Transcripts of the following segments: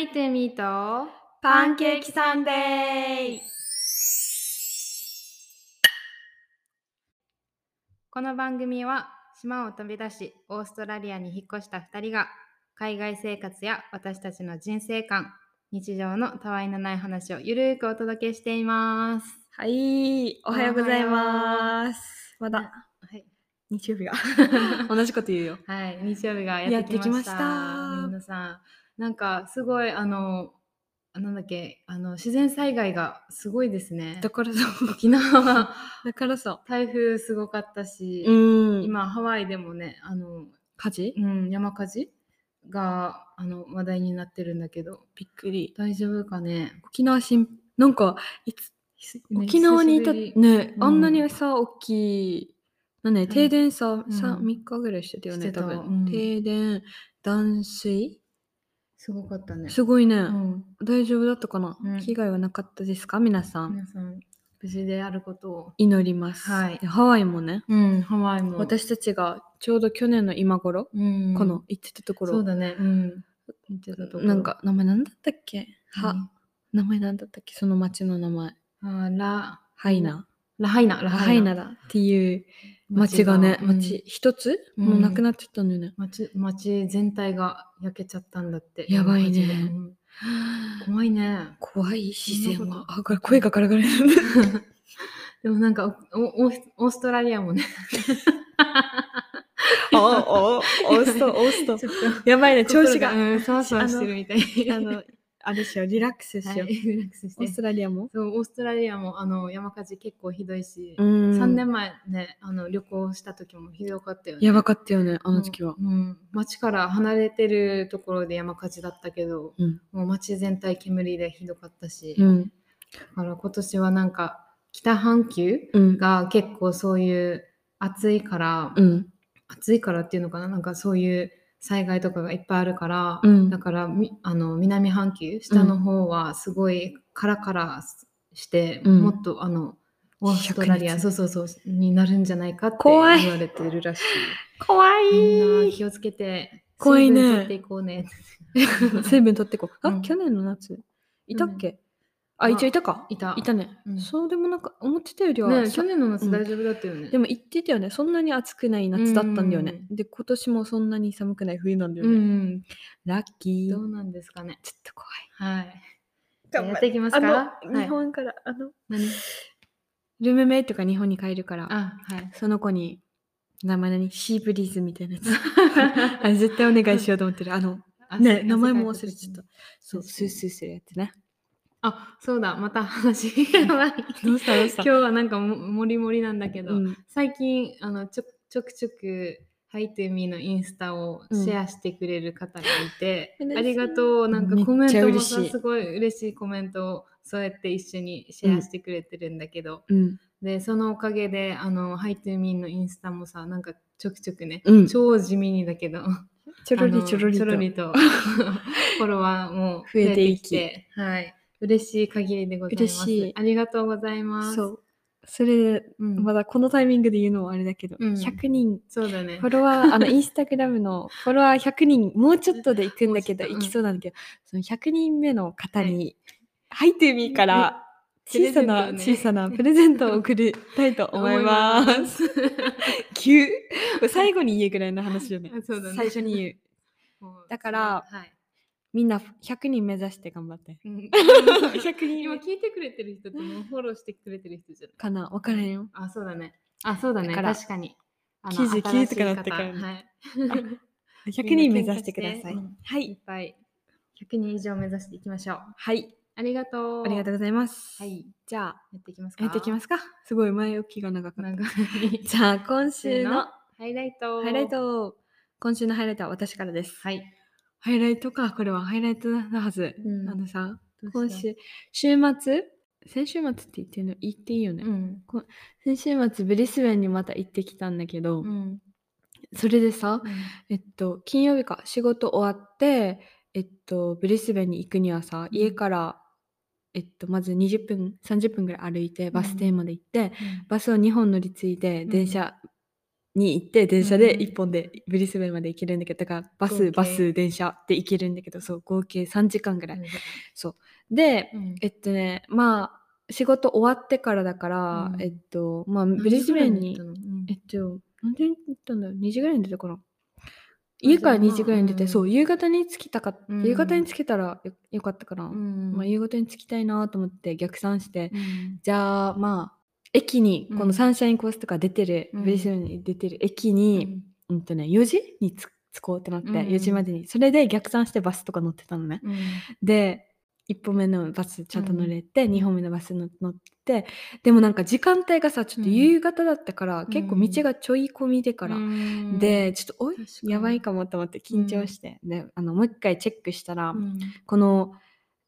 いてみとパンケーキサンデーこの番組は島を飛び出しオーストラリアに引っ越した2人が海外生活や私たちの人生観日常のたわいのない話をゆるーくお届けしています。はい、おはようございます。まだはい、日曜日が 同じこと言うよ。はい、日曜日がやってきました。やっみてきましたんなさん、なんかすごいあのなんだっけあの自然災害がすごいですねだ。からそう、沖縄だからそう。 台風すごかったし、うん今、今ハワイでもねあの、火事うん、山火事があの話題になってるんだけどびっくり。大丈夫かね沖縄新、なんか、いつ、ね沖縄にいた、久しねぶり、うんあんなにさ、大きい、なんね、停電さ、んさ3日ぐらいしてたよしね、て多た分。うん停電、断水すごかったね。すごいね、うん、大丈夫だったかな、うん被害はなかったですか皆さん。皆さん無事であることを。祈ります、はいでハワイもね、うん、ハワイも。、私たちがちょうど去年の今頃、うん、この行ってたところそうだね。うん。見てたところなん、か名前なんだったっけは、は、名前なんだったっけその町の名前あラ、ハイナ、ラハイナ、ラハイナだっていう町がね町一、つ、うんもうなくなっちゃったんだよね、町、町全体が焼けちゃったんだって。やばいね山火事でうん怖いね。怖い自然そんなはこあこれ声がガラガラになるでもなんかおおオースオーストラリアもね。 ああ押すと押すちょとっと やばいね調子 が心うん、そわそわしてるみたい。 あのあれしようリラックスしはい、よう、リラックスしオてーストラリアもそうオーストラリアもあの山火事結構ひどいし、うん3年前ねあの旅行した時もひどかったよね。やばかったよねあの時は、うんうん町から離れてるところで山火事だったけど、うんもう町全体煙でひどかったし、うだんから今年はなんか北半球うんが結構そういう暑いから、うん暑いからっていうのかななんかそういう災害とかがいっぱいあるから、うんだからみあの南半球下の方はすごいカラカラして、うんもっとあのオーストラリ灼ア熱そうそうそうになるんじゃないかって言わ怖いれてるらしい。怖みんな気をつけて、怖いね水分取っていこう ね。水分取ってこう。あ、うん去年の夏。いたっけ、あ、一応いたか。いた。いたね、うんそうでもなんか思ってたよりは、ねさ去年の夏うん大丈夫だったよね。でも言ってたよね。そんなに暑くない夏だったんだよね。うで、今年もそんなに寒くない冬なんだようね。ん、ラッキー。ちどょっうなんですかね。と怖はい。じゃあい。やっていきますあの、か。はい日本から、あの、何ルームメイトが日本に帰るから、あ、 はい。その子に、名前何シーブリーズみたいな やつ。あれ絶対お願いしようと思ってる。あの、ね、名前も忘れちゃった。。そう、スースーするやつね。あ、そうだ、また 話。今 どうしたどうした日はなんかももりもりなんだけど、うん最近あのちょちょくちょく「ハイトゥーミーのインスタをシェアしてくれる方がいて、うんありがとうなんかめっコメンちゃトも嬉しいさすごい嬉しいコメントをそうやって一緒にシェアしてくれてるんだけど、うん。でそのおかげであの「ハイトゥーミーのインスタもさなんかちょくちょくね、うん超地味にだけどちょろありのちょろりと。 とフォロワーも増えてい増きえてきてはい嬉しい限りでございます嬉しいありがとうございますそう。それで、うんまだこのタイミングで言うのはあれだけど、うん100人、そうだねフォロワ ー、あの、インスタグラムのフォロワー100人、もうちょっとで行くんだけど、もうちょ行っときそうなんだけど、その100人目の方に、入ってみーから、プレゼ小さントをな、ね小さなプレゼントを送りたいと思いま。思います。急最後に言うぐらいの話よね そうだね最初に言う。もうだからはいみんな100人目指して頑張 って。 うん、 100人今目聞いてくれてる人ってもうフォローしてくれてる人じゃないかな分からんよ。あそうだねあそうだねだから確かに記新事し記事とかなって方からねはい、 100人目指してください。うんはいっい。ぱい100人以上目指していきましょうはい。ありがとうありがとうございます。はいじゃあ、やっていきますかやっていきますすか。すごい前置きが長かった。 長いじゃあ、今週のハハイライトイライト。今週のハイライトは私からです。はいハイライトか、これはハイライトなはず。うんあのさ、どう今した週、週末、先週末って言っていいの言っていいよね。うん先週末、ブリスベンにまた行ってきたんだけど、うんそれでさ、えっと、金曜日か、仕事終わって、えっと、ブリスベンに行くにはさ、うん家から、えっと、まず20分、30分ぐらい歩いて、バス停まで行って、バスを2本乗り継いで、ん電車に行って電車でうん1本でブリスベンまで行けるんだけどだからバ合計スバス電車で行けるんだけどそう合計3時間ぐらい、でうんえっとねまあ仕事終わってからだから、うんえっとまあブリスベンに何時えっと何時に行ったんだろう2時ぐらいに出たかな家から2時ぐらいに出て、うんそう夕方に着きたかった、うん夕方に着けたらよよかったかな、ぐらいうんまあ、夕方に着きたいなと思って逆算してうんじゃあまあ駅にこうんのサンシャインコースとか出てる、うんベリスベンに出てる駅に、うんとね、4時につ着こうってなって、うん4時までにそれで逆算してバスとか乗ってたのねうんで1本目のバスちゃんと乗れて、2本目のバスの乗ってでもなんか時間帯がさちょっと夕方だったから、ん結構道がちょい込みでから、うんでちょっとおい確かにやばいかもと思って緊張して、であのもう一回チェックしたら、うんこの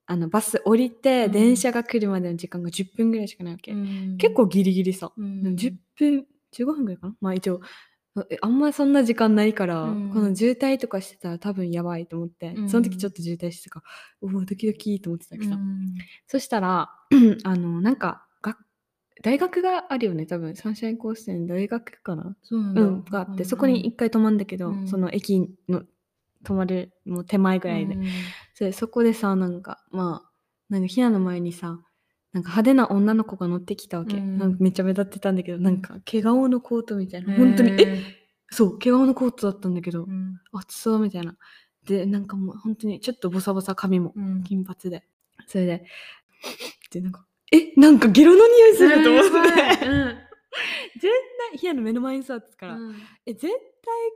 あのバス降りてうん電車が来るまでの時間が10分ぐらいしかないわけ、うん結構ギリギリさ、うんでも10分15分ぐらいかなまあ一応えあんまそんな時間ないから、うんこの渋滞とかしてたら多分やばいと思って、うんその時ちょっと渋滞してたからうわドキドキと思ってたわけどさ、うんそしたら あのなんかが大学があるよね多分サンシャインコースに大学かなそうなんだうん、があって、そこに一回泊まるんだけど、うんその駅の泊まるもう手前ぐらいで、うんそれそこでさなんかまあなんかひなの前にさなんか派手な女の子が乗ってきたわけ、うんなんかめっちゃ目立ってたんだけどなんか毛皮のコートみたいな、へー本当にえそう毛皮のコートだったんだけど、うん暑そうみたいなでなんかもう本当にちょっとボサボサ髪もうん金髪でそれででなんかえなんかゲロの匂いすると思って、やばいうん絶対 ひなの目の前に座ってたから、 うえ絶対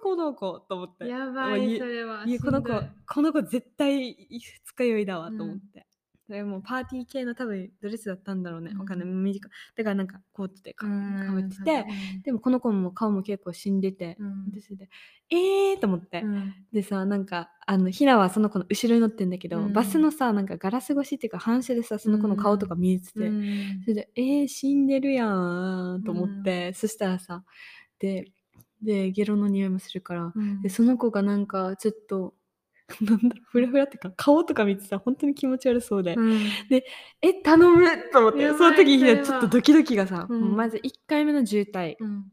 この子と思ってんやばもういゆそれはいやこの子しんどいこの子絶対二日酔いだわと思うっんて、でもうパーティー系の多分ドレスだったんだろうね、うんわかんない短いだからなんかコートでかうんかぶってて、でもこの子も顔も結構死んでて、うんでそれでえーと思って、うんでさなんかあのひなはその子の後ろに乗ってんだけど、うんバスのさなんかガラス越しっていうか反射でさその子の顔とか見えてて、うんそれで、えー、死んでるやんと思って、そしたらさ、で、で、ゲロの匂いもするから、うんで、その子がなんか、ちょっと、 なんだろう、ふらふらってか、顔とか見てさ、本当に気持ち悪そうで、うんえ、頼むと思って、やばいその時にそれはちょっとドキドキがさ、うんもうまず1回目の渋滞うん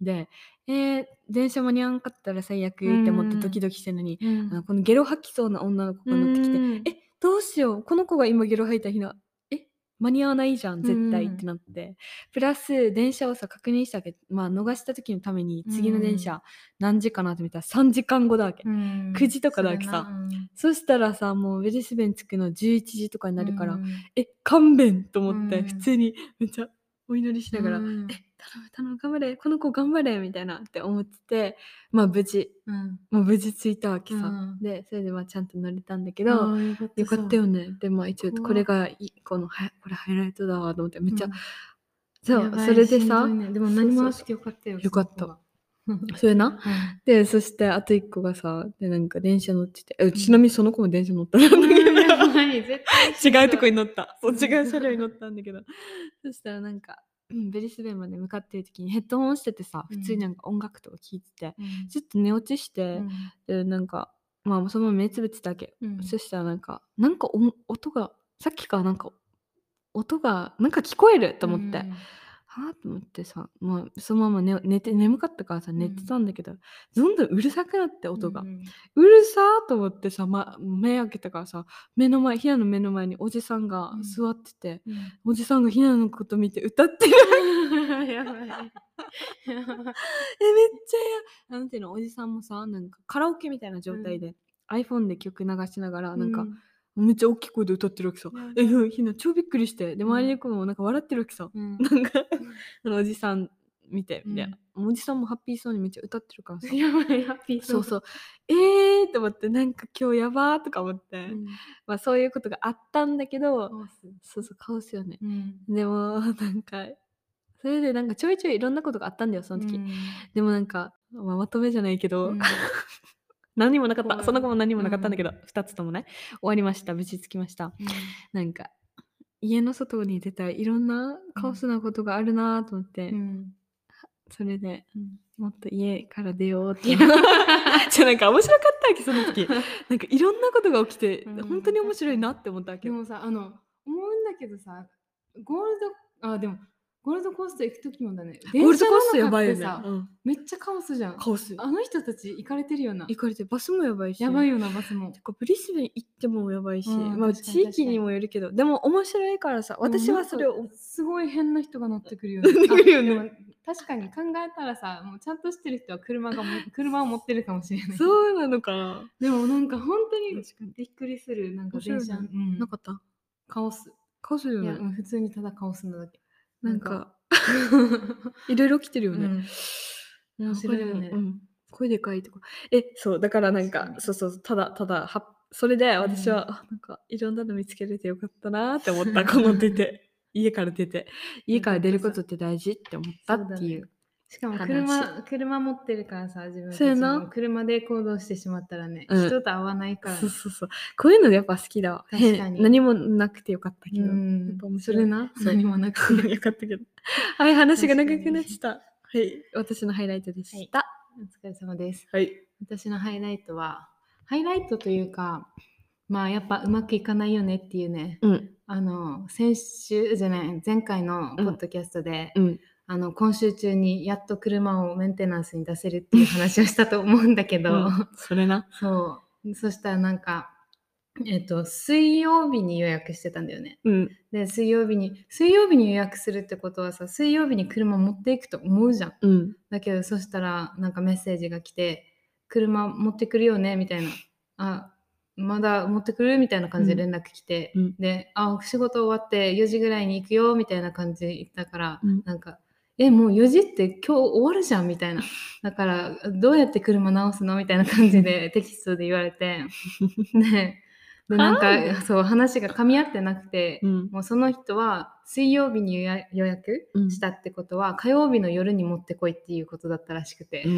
で、えー、電車間に合わんかったら最悪って思ってうんドキドキしてんのに、うんあのこのゲロ吐きそうな女の子が乗ってきて、えどうしようこの子が今ゲロ吐いた日なえ間に合わないじゃん絶対うんってなって、プラス電車をさ確認したわけまあ逃した時のために次の電う車何時かなって見たら3時間後だわけ、うん9時とかだわけさそしたらさもうベリスベン着くの11時とかにそれなるから、うんえ勘弁と思って、うん普通にめっちゃお祈りしながら、うんえ頼む頼む頑張れこの子頑張れみたいなって思っててまあ無事うんもう無事着いたわけさ、うんでそれでまあちゃんと乗れたんだけど、あーよかったよねね。でも一応ここはこれがいいこのはこれハイライトだわと思ってめっちゃ、そやうばいそれでさしんどいねでも何もそうらしくよかったよよかったその子はそれなうんでそしてあと一個がさでなんか電車乗っててえちなみにその子も電車乗ったんだけど、うん やばい絶対しんどい違うとこに乗ったそううん違う車両に乗ったんだけどそしたらなんかうんベリスベンまで向かってる時にヘッドホンしててさうん普通になんか音楽とか聞いてて、うんちょっと寝落ちして、でなんかまあそのまま目つぶってたわけうんそしたらなんかなんか音音がさっきからなんか音がなんか聞こえると思って、うんはあと思ってさ、まあ、そのまま寝寝て眠かったからさ寝てたんだけど、どんどんうるさくなって音が、 ううんるさーと思ってさ、ま、目開けたからさ目の前ひなの目の前におじさんがうん座ってて、うんおじさんがひなのこと見て歌 ってるやばいやばいえめっちゃやなんていうのおじさんもさなんかカラオケみたいな状態で、iPhone で曲流しながらなんか、うめっちゃ大きい声で歌ってるわけさ。やばいえ、うんひな超びっくりして。で、うん周りの子もなんか笑ってるわけさ。うんなんか、あのおじさん見て、みたいなおじさんもハッピーそうにめっちゃ歌ってるからさ。やばいハッピーそうそうう。えーと思って、なんか今日やばーとか思って、うんまあそういうことがあったんだけど、カオスそうそう、カオスよね。 うんでも、なんか、それでなんかちょいちょいいろんなことがあったんだよ、その時。うんでもなんか、まあ、まとめじゃないけど、うん 何もなかっ怖た。いその後も何もなかったんだけど、二2つともね、終わりました。無事着きました。なんか家の外に出たらいろんなカオスなことがあるなと思って、うんそれでうんもっと家から出ようってい やじゃなんか面白かったわけそ の時なんかいろんなことが起きて、うん本当に面白いなって思ったわでけもさあの思うんだけどさゴールドあでもゴールドコースト行く時もだね。ゴールドコースト電車やのばい中よってさね。うん、めっちゃカオスじゃん。カオス。あの人たち行かれてるような。行かれて、バスもやばいし。やばいようなバスもて。かブリスベン行ってもやばいし、うんまあ確かに地域にもよるけど、でも面白いからさ、私はそれを。すごい変な人が乗ってくるよね。 乗ってくるよねあでも確かに考えたらさ、もうちゃんとしてる人は車 がも車を持ってるかもしれない。 そうなのかな。でもなんか本当に確かに。びっくりするなんか電車、面白いねうんなかった。カオス。カオスだいや、ようね。ん普通にただカオスなだけ。なん か、ういろいろ来てるよね。ん面白いよね他にもうん声でかいとか。え、そう、だからなん確かか、にそうそう、ただただ、はそれで私は、あなんか、いろんなの見つけれてよかったなーって思った、この出 て。家から出て。家から出ることって大事って思ったっていう。しかも話車車持ってるからさ、自分たそうやちなも車で行動してしまったらね、うん人と会わないからね、そうそうそう。こういうのやっぱ好きだわ。確かに変 何もなくてよかったけど。うやんっぱ面そ白れいな。な、そう何もなくて。 よかったけど。はい、話が長確かくになっちゃった。はい、私のハイライトでした。お疲れ様です。はい。私のハイライトは、ハイライトというか、まあやっぱうまくいかないよねっていうね、うん。あの、先週じゃない、前回のポッドキャストで、うん。あの今週中にやっと車をメンテナンスに出せるっていう話をしたと思うんだけど、それな。そうそしたらなんかえっと水曜日に予約してたんだよねうん。で水曜日に水曜日に予約するってことはさ水曜日に車持っていくと思うじゃんうん。だけどそしたらなんかメッセージが来て「車持ってくるよね」みたいな「あまだ持ってくる?」みたいな感じで連絡来て、うんうんで「あ仕事終わって4時ぐらいに行くよ」みたいな感じで言ったから、うんなんか「えもう4時って今日終わるじゃん」みたいなだからどうやって車直すのみたいな感じでテキストで言われ てねでなんはいかそう話が噛み合ってなくて、うん。もうその人は水曜日に予約予約うんしたってことは火曜日の夜に持ってこいっていうことだったらしくて、う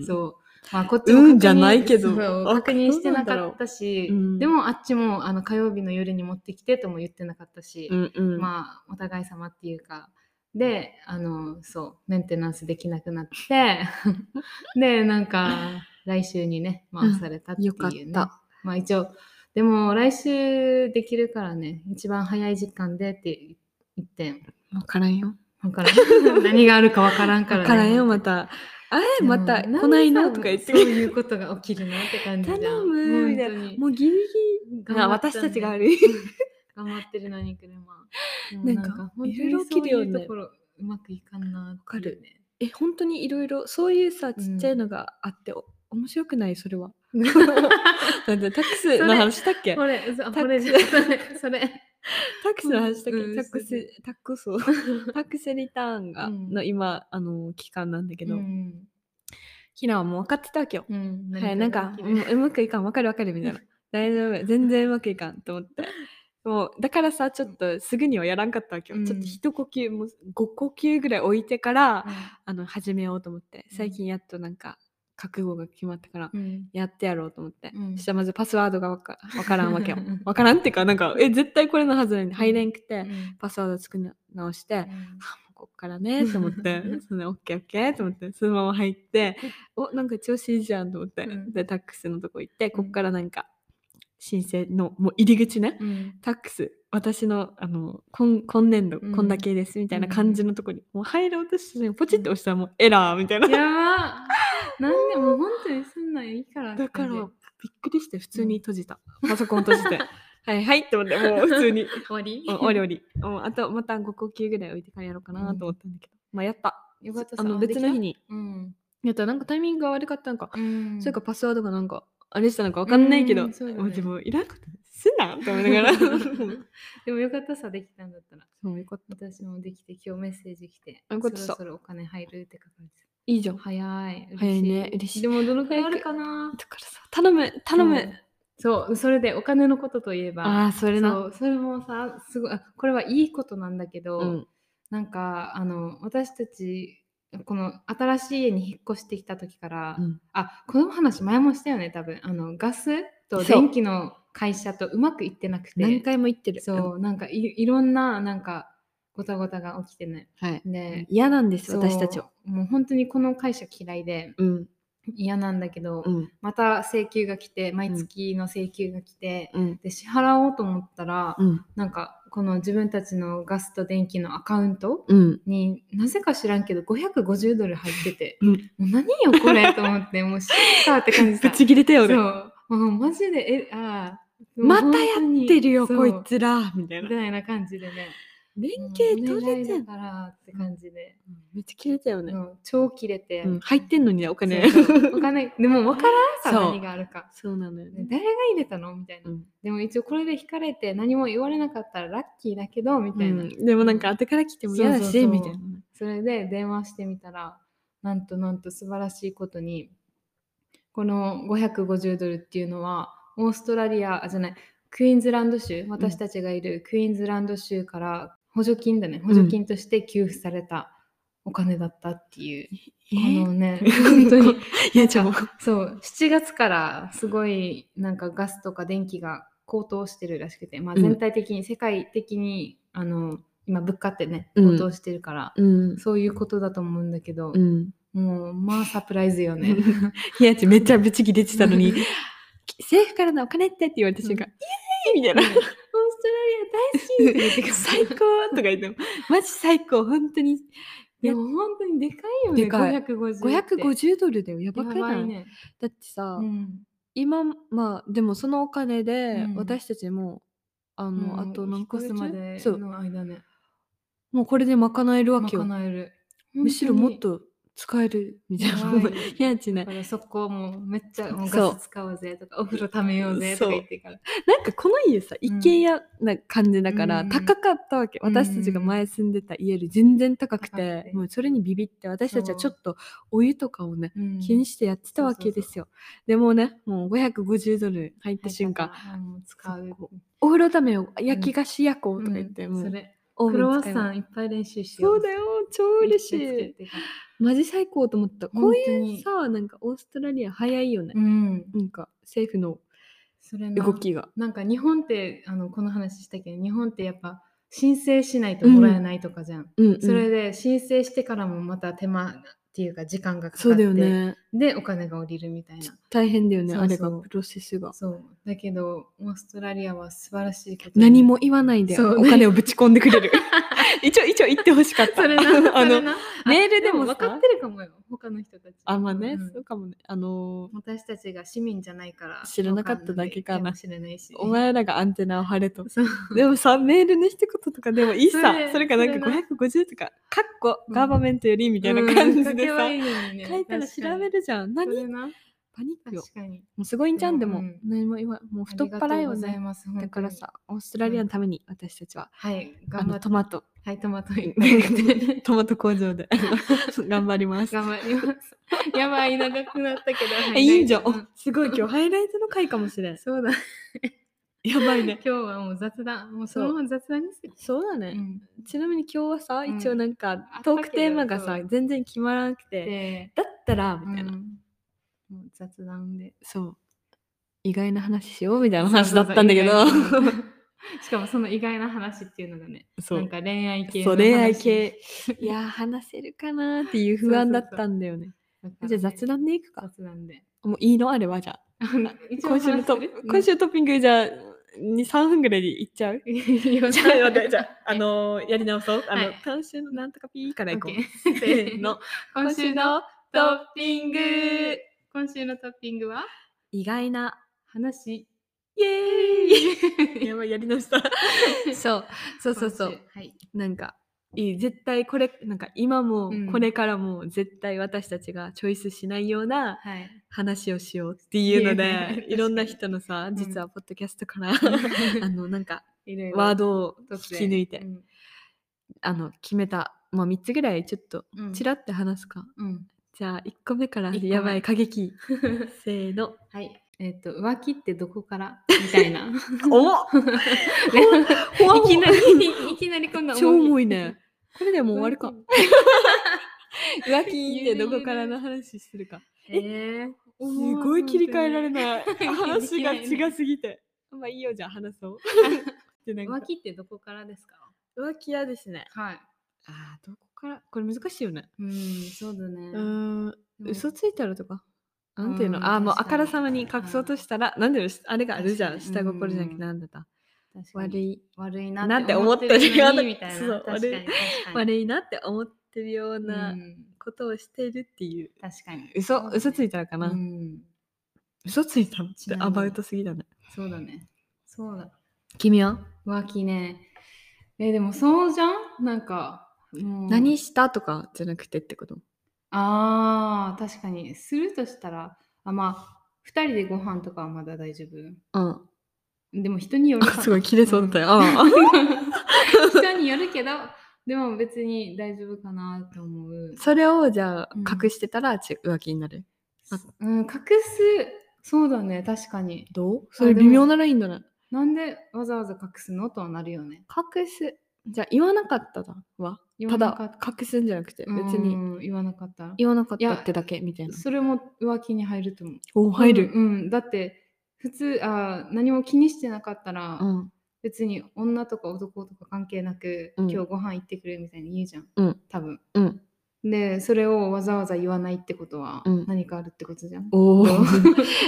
ん。そう、まあ、こっちうん確認じゃないけどそうあ確認してなどうかなんっだたし、うんでもあっちもあの火曜日の夜に持ってきてとも言ってなかったし、うんうん。まあお互い様っていうかであのそうメンテナンスできなくなって でなんか来週にねう回んされたっていうよかっね、たまあ一応でも来週できるからね一番早い時間でって言ってわからんよ。わからん 何があるかわからんから、わからんよ、また。あれ、またでも来ないのんでとさか言っそてうくる。いうことが起きるのって感じじゃん 頼むみたいな。もうギリギリ。な私たちがある。 頑張ってるのに車 ななんんかか本当にいろいろ起きるよねそういうところうまくいかんなっていうね え、本当にいろいろ、そういうさ、ちっちゃいのがあって、お面白くないそれは。だってタックスの話したっ けこれそうあタッこれチじゃそれそれタックスの話したっけ、うんタックス、タックス を、タックスリターンが、うんの今、あの、期間なんだけど、うんひなはもう分かってたわけよ。うんはい、なんか、起うきるんうまくいかん、わかるわかるみたいな。大丈夫、全然うまくいかんと思って。もう、だからさ、ちょっとすぐにはやらんかったわけよ。うんちょっと一呼吸、もう5呼吸ぐらい置いてから、あの、始めようと思って、うん最近やっとなんか、覚悟が決まったから、うんやってやろうと思って。うん。そしたらまずパスワードがわ かわからんわけよわからんっていうか、なんか、え、絶対これのはずなのに入れんくて、うんパスワード作り直して、あもうこっからうねんと思って、 そのオッケーオッケーと思って、そのまま入って、おなんか調子いいじゃんと思って、うんで、タックスのとこ行って、こっからなんか、申請の、もう入り口ね、うんタックス、私の、あの、今今年度、うんこんだけですみたいな感じのとこに、もう入ろうとしてたのに、ポチッと押したらもうエラーみたいな。やばなんでもう本当にすんないいいからだから、びっ終くりして、普通に閉じた。パソコン閉じて、 はいはいって思って、もう普通 に。わりうん お料理。うんあとまた5呼吸ぐらい置いてからやろうかなと思ったんだけど、まあやった。よかったあの別の日にうんやったなんかタイミングが悪かったのか、うん それかパスワードがなんかあれしたのかわかんないけど、うんそうだねもう自分いらんことすんなと思いなが ら。そでもよかったさできたんだったらうよかった。私もできて今日メッセージ来てあよかったそろそろお金入るって書かれていいじゃん。た早い早いね嬉しいでもどのくらいあ早くるかなだからさ頼む頼む。そうそれでお金のことといえばああそれそな。うそれもさすごいあこれはいいことなんだけど、うんなんかあの私たちこの新しい家に引っ越してきた時から、うんあこの話前もしたよね多分あのガスとそう電気の会社とうまくいってなくて何回も言ってる。そうなんかいいろんななんかごたごたが起きてねはい。で嫌なんですそう私たちは。もう本当にこの会社嫌いでうん嫌なんだけど、うんまた請求が来て毎月の請求が来て、うんで支払おうと思ったら、うんなんかこの自分たちのガスと電気のアカウントうんになぜか知らんけど550ドル入ってて、うんもう何よこれと思ってもうシッカーって感じぶさち切れたよねそうもうマジでえあーまたやってるよそうこいつらみたいみなたいな感じでね連携取れてるんからって感じで、めっちゃ切れたよねうん超切れて、うん入ってんのにねお金そうそうお金でも分からんさそう何があるか そうなのよねね誰が入れたのみたいな、うんでも一応これで引かれて何も言われなかったらラッキーだけどみたいな、うんでもなんか後から来ても嫌だそうそうしそうみたいなねそれで電話してみたらなんとなんと素晴らしいことにこの550ドルっていうのはオーストラリアあじゃないクイーンズランド州私たちがいるクイーンズランド州から補助金だね補助金として給付されたお金だったっていう、えこのー ね本当 にいやち ょっとそう7月からすごいなんかガスとか電気が高騰してるらしくて、まあ、うん全体的に、世界的にあの今物価ってねうん高騰してるから、うんそういうことだと思うんだけどう、んもうまあサプライズよ ね。いやちめっちゃブチ切れてたのに 政府からのお金ってって言われた瞬間イエーイみたいなオーストラリア大好きって言ってくる最高とか言ってもマジ 最高本当にでも本当にでかいよねでかい550って。 550ドルだよやばくやなばいいね。だってさ、うん今まあでもそのお金でうん私たちも、あの、あと何ヶ月引っ越すまでそうの間ね。もうこれで賄えるわけよ賄える。むしろもっと使えるみたい なやばいやちだねからそこもうめっちゃもうそうガス使おうぜとかお風呂貯めようぜとか言ってから。なんかこの家さ一軒家な感じだから、うん高かったわけ、うん私たちが前住んでた家より全然高くて高くてもうそれにビビって私たちはちょっとお湯とかをねうん気にしてやってたわけですよ、でもねもう550ドル入った瞬間あもう使うそこお風呂ためを焼き菓子焼こうとか言って、うんもそうれオークブロンワ使ッえサばンいっぱい練習しよそううだよ超嬉しいマジ最高と思ったここうういいううさなんかオーストラリア早いよねう、んなんか政府のそれな動きがなんか日本ってあのこの話したけど日本ってやっぱ申請しないともらえないとかじゃん、うんうんそれで申請してからもまた手間っていうか時間がかかってそうだよねでお金が下りるみたいな大変だよねそうそうあれがプロセスがそうだけどオーストラリアは素晴らしいことに何も言わないでそうお金をぶち込んでくれる 一応一応言ってほしかったそれ なあそれのなメールででもも分さかってるかもよ他の人たちあまあねうんそうかもねあのー私たちが市民じゃないから知らなかっただけかなわんいもしれないしお前らがアンテナを張れとそうでもさメールの一言とかでもいいさそそれれかなんかそれ550とかかっこうんガーバメントよりみたいな感じうん書でけさばいいのにね書いたら調べるるじゃんそれ何なパニックよ確かにもうすごいんじゃんでもうん何も言わもう太っ腹よねます。だからさオーストラリアのために私たちははい、あ頑張のってト、マトはい、トマトいっぱい食って ねトマト工 場で頑張ります。頑張ります。やばい、長くなったけど。はえいいんじゃん、うおすごい今日ハイライトの回かもしれん。そうだ、やばい今ね。日はもう雑談、もうそのまま雑談ですよ。そうだうね。んちなみに今日はさ、うん一応なんかあったけトどークテーマがさそ、う全然決まらなくて、で、だったらうみたいな、んもう雑談で。そう、意外な話しようみたいな話だったんだけそど、うそうそう意外な しかもその意外な話っていうのがね、 そなんう、か恋愛系の話。そう恋愛系。い やー、話せるかなーっていう不安だったんだよね。だからね。じゃあ雑談でいくか。雑談で。もういいのあればじゃあ。一応今週の話トする今週トッピングじゃあ、2、3分ぐらいでいっちゃういいよ じゃあ、待って、じゃ あ、あ のーやり直そう。あの、はい今週のなんとかピーからいこう。オッケーせー の。 今週のトッピング今週のトッピングは意外な。話イエ ーイやばい、やり直した。そう、そうそうそう今。週はいなんか、いい、絶対これ、なんか今もうんこれからも絶対私たちがチョイスしないようなはい 話をしようっていうのい やいやで、いろんな人のさ、ん実はポッドキャストから、 あの、なんか、いろいろワードを突然引き抜いて、うんあの、決めた。まあ、3つぐらいちょっと、うんちらって話すか。うんじゃあ、1個目から、一個目やばい、過 激。せーの。はいえっと浮気ってどこからみたいなおいき なりいきなりこんな超重いいね。これでもう終わるか。浮気ってどこからの話してるか。えーすごい切り替えられるない。 話が違すぎて。 まあいいよ、じゃあ話そう。でなんか浮気ってどこからですか浮気はですね。はいああ、どこからこれ難しいよね。うんそうだねうーん、でも嘘ついたらとか。なんていうの、うんああもうあ確かかにらさまに隠そうとしたら、なんであれがあるじゃん確か下に心じゃなくうんてなんだった、確か悪にい悪いななっってて思思っっててるるのによみたいそなう確かに確かに悪いなって思ってるよううなんことをしているっていう、確かにそ嘘うだね嘘ついたのかな、うん嘘ついたのって違うアバウトすぎだねそうだねそうだ君は、浮気ねえでもそうじゃんなんかもう何したとかじゃなくてってことあー確かにするとしたらあまあ2人でご飯とかはまだ大丈夫うんでも人によるあかなすごい切れそうだったよ、ああ人によるけどでも別に大丈夫かなと思う それをじゃあうん隠してたらち浮気になるあうん、隠すそうだね確かにどうそそれれ微微妙妙なラインだねなんでわざわざ隠すのとはなるよね隠すじゃあ言わなかっただわ言わたなかっだ隠すんじゃなくてうん別に言わなかった言わなかっいたやってだけみたいなそれも浮気に入ると思うお入るうん、うんだって普通あー何も気にしてなかったら、うん別に女とか男とか関係なく、うん今日ご飯行ってくれみたいに言うじゃん、うん多分うんでそれをわざわざ言わないってことは、 うん何かあるってことじゃんおお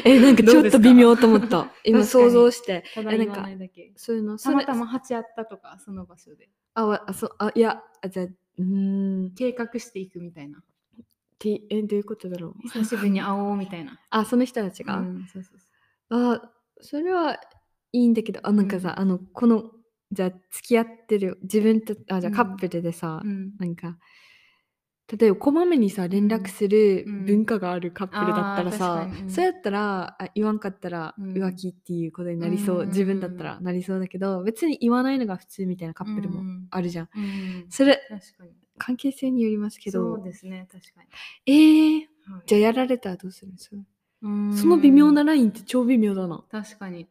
えなんかちどうょでっすとか微妙と思った 確か今に想像してただえなん言かわないだけそういうたのそまれたま鉢あったとかその場所であわあそうあいやあじゃあうーん計画していくみたいなてえどういうことだろう久しぶりに会おうみたい なあその人たちが、うんそうそうそあそれはいいんだけどあなんかさ、あのこのじゃあ付き合ってる自分とあじゃあうんカップルでさ、ううんなんか例えばこまめにさ連絡するうん文化があるカップルだったらあさー確かに、うんそうやったらあ言わんかったらうん浮気っていうことになりそう、うん自分だったらなりそうだけど別に言わないのが普通みたいなカップルうもんあるじゃん、うんそれ確かに関係性によりますけそどうですね確かにえー、はいじゃあやられたらどうするんですかうーんその微妙なラインって超微妙だな確かに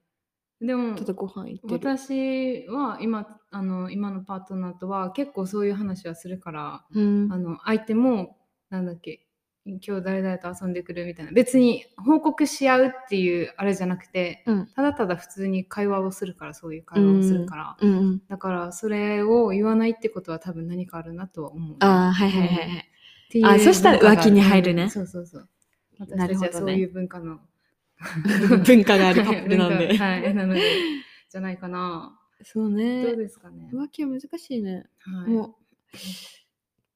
でもただご飯行ってる、私は今あの今のパートナーとは結構そういう話はするからうんあの相手もなんだっけ今日誰々と遊んでくるみたいな別に報告し合うっていうあれじゃなくて、うんただただ普通に会話をするからそういう会話をするから、うんうんだからそれを言わないってことは多分何かあるなとは思う。ああはいはいはいはいあーそそししたたら浮ら浮気気にに入入るるね。ねうそうそう。な私たるほちどはねそういう文化の 文化があるカップルなん文で化はい、なの でじゃないかな。そうねどうですかね。浮気は難しいね、はい、もう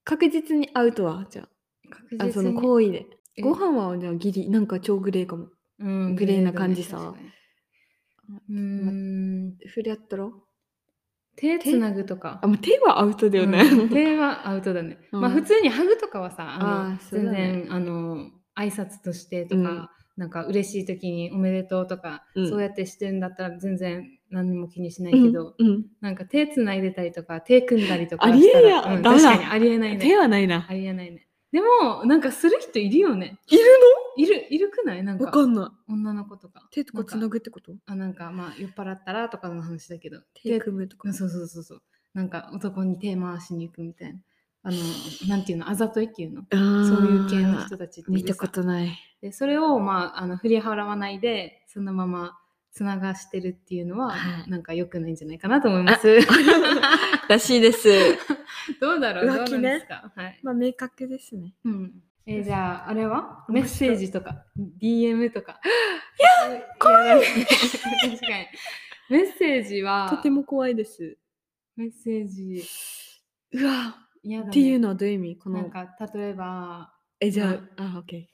確実に会うとはじゃ確ああそ実のに行為でえご飯はじゃあギリなんか超グレーかもうんグレーな感じさグレーだね確かにうーん触れ合ったろ手つなぐとかあ、もう手はアウトだよね、うん手はアウトだね、 うんまあ普通にハグとかはさあのあーそう全だね然あの挨拶としてとか、うんなんか嬉しい時に「おめでとう」とか、うんそうやってしてるんだったら全然何にも気にしないうんけど、うんなんか手つないでたりとか手組んだりとかありしえたらないうんダメ確だかにありえない手ねはないなありえないねでもなんかする人いるよねいるいるいるくないなんのかわかんな女の子とかい手とかつなぐってことあなんかまあ酔っ払ったらとかの話だけど手組むとかうんそうそうそうそうなんか男に手回しに行くみたいなあのなんていうのあざといっていうのあーそういう系の人たちってい見るたさことないでそれをまああの振り払わないでそのままつながしてるっていうのは、はいなんか良くないんじゃないかなと思いますらしいです どうだろう浮気どねうなんですか、はいまあ明確ですねうんえーじゃああれはメ面ッ白セーいジとか DM とかいや怖い 確かにメッセージはとても怖いですメッセージうわ嫌だ、ね、っていうのはどういう意味こなのんか例えば、えじゃああオッケー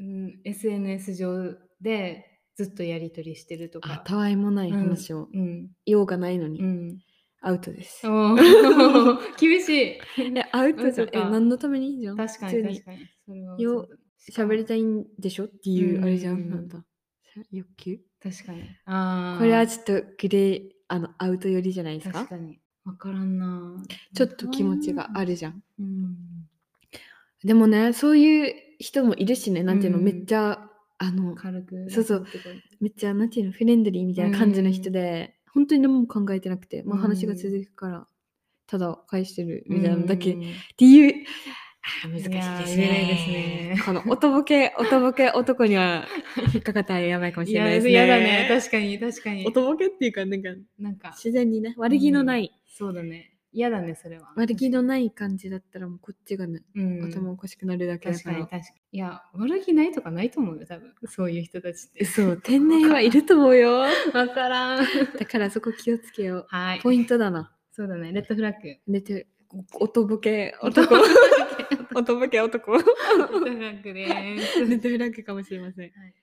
うん、SNS 上でずっとやり取りしてるとあか。たわいもないうん話をうん言おうがないのに、 うん、アウトです。おー 厳しいえ、アウトじゃん。え、うん何のためにいいじゃん。確か普に通確かにそれはよそうだ喋りたいんでしょっていううんあれじゃん。なんだ。欲求確かにあーこれはちょっとグレー、あの、アウト寄りじゃないですか確かにわからんなちょっと気持ちがあるじゃん。うんでもね、そういう人もいるしね、なんていうの、うんめっちゃ、あの、軽くそうそうってことめっちゃ、なんていうの、フレンドリーみたいな感じの人で、本当に何も考えてなくて、まあうん話が続くから、ただ返してるみたいなのだけう。んっていう。あー難しいいでやーす言ねえないですねこの音ボ ケ、音ボケ男には引っかかったらやばいかもしいれないやですね。嫌だね確かに確かに音ボケっていうか、なんかなんか自然にね、悪気のない、そうだね嫌だね、それは。悪気のない感じだったらもうこっちがね、うん、頭おかしくなるだけだ確かからに確かに。いや、悪気ないとかないと思うよ、多分。 そういう人たちって。そう天然はいると思うよ わからん。だからそこ気をつけよう はい。ポイントだなそうだね、レッドフラッグ。でて音ボケ 男レ音ボケ 男ッドフラッグです。ネットフラッグかもしれませんはい、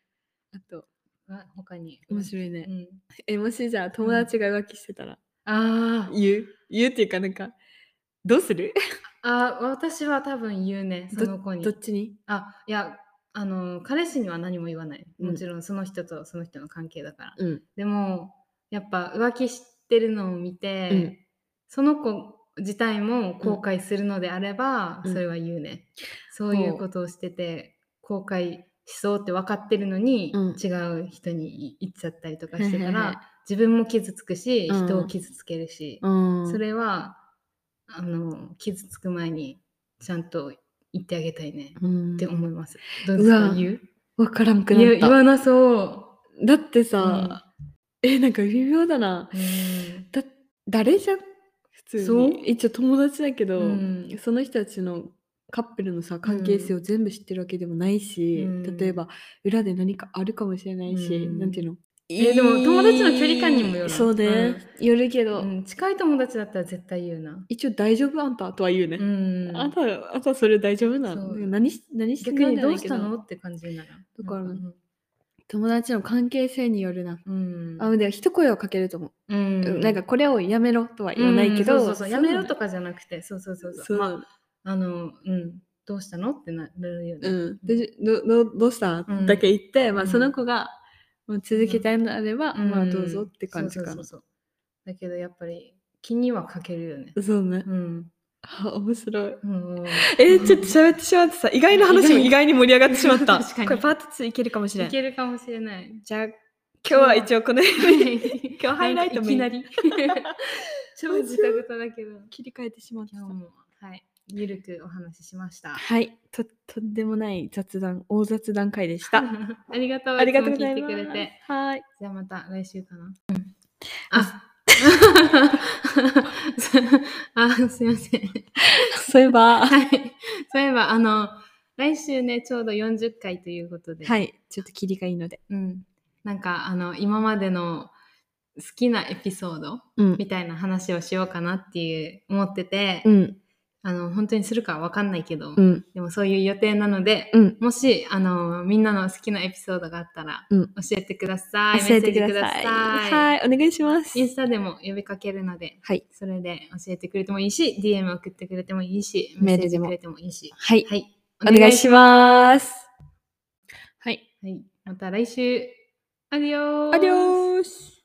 あとあ他に。面白いねう、ん、えもしじゃあ友達が浮気してたら、あー言う言うっていうかなんかどうするあー、私は多分言うね、そどの子にど。っちにあ、いや、あの、彼氏には何も言わない。うんもちろん、その人とその人の関係だから。うんでも、やっぱ浮気してるのを見て、うんその子自体も後悔するのであれば、うんそれは言うね、そういうことをしてて後悔しそうって分かってるのに、うん違う人に言っちゃったりとかしてたはいはいはいら自分も傷つくしうん人を傷つけるし、うんそれはあの傷つく前にちゃんと言ってあげたいね、うんって思います。どうですかうわ言うわからんくいなやっ言たわなそう。だってさ、えなんか微妙だなうんだ誰じゃん普通にそう一応友達だけど、うんその人たちのカップルのさ関係性を全部知ってるわけでもないし、うん例えば裏で何かあるかもしれないし、うんなんていうのえでも友達の距離感にもよるそうね、よるけど、うん近い友達だったら絶対言うな。一応大丈夫あんたとは言うね、うんあんたあんたそれ大丈夫なそのう何し何してん逆のにじゃどないうけしどたのって感じにならんだからうん友達の関係性によるな、うんあで一声をかけると思うう、んなんかこれをやめろとは言わないけど、うんそうそうそうやめろとかかじゃなくてそうそうそうそうそうまああのうんどうしたのってなるよねうん、でどどどうした、うんだけ言って、うまあ、んその子がもう続けたいのであれば、うんまあどうぞって感じかな。そうそうそうそうだけどやっぱり気には欠けるよねそうね。うんあ面白い。うんえーちょっと喋ってしまってさ、意外な話も意外に盛り上がってしまった。 確かにこれパート2いけるかもしれいん。けるかもしれない じゃあ、今日は一応この辺で今日ハイライトいメイきンなり 超ズタズタだけ ど切り替えてしまった今。日もはいゆるくお話ししましたはい。と、とんでもない雑談、大雑談会でした。 ありがとう。ありがとうござつもいま聞す。てくれて。はい。じゃあまた来週かな。あ あ、すいません。そういえば、ははい。そういえば、あの、来週ね、ちょうど40回ということで、い。ちょっと切りがいいので。うん。なんか、あの、今までの好きなエピソードうん。みたいな話をしようかなっていう思ってて、うん。あの、本当にするかはわかんないけど、うん。でもそういう予定なので、うんもし、あの、みんなの好きなエピソードがあったら、うん教えてください。教えてくメッセーださい。ジください。はい。お願いします。インスタでも呼びかけるので、はい。それで教えてくれてもいいし、DM 送ってくれてもいいし、メールでもメッセージくれてもいいし。はい。はい。お願いしまます。はい。す。はい。また来週。アディオースアディオース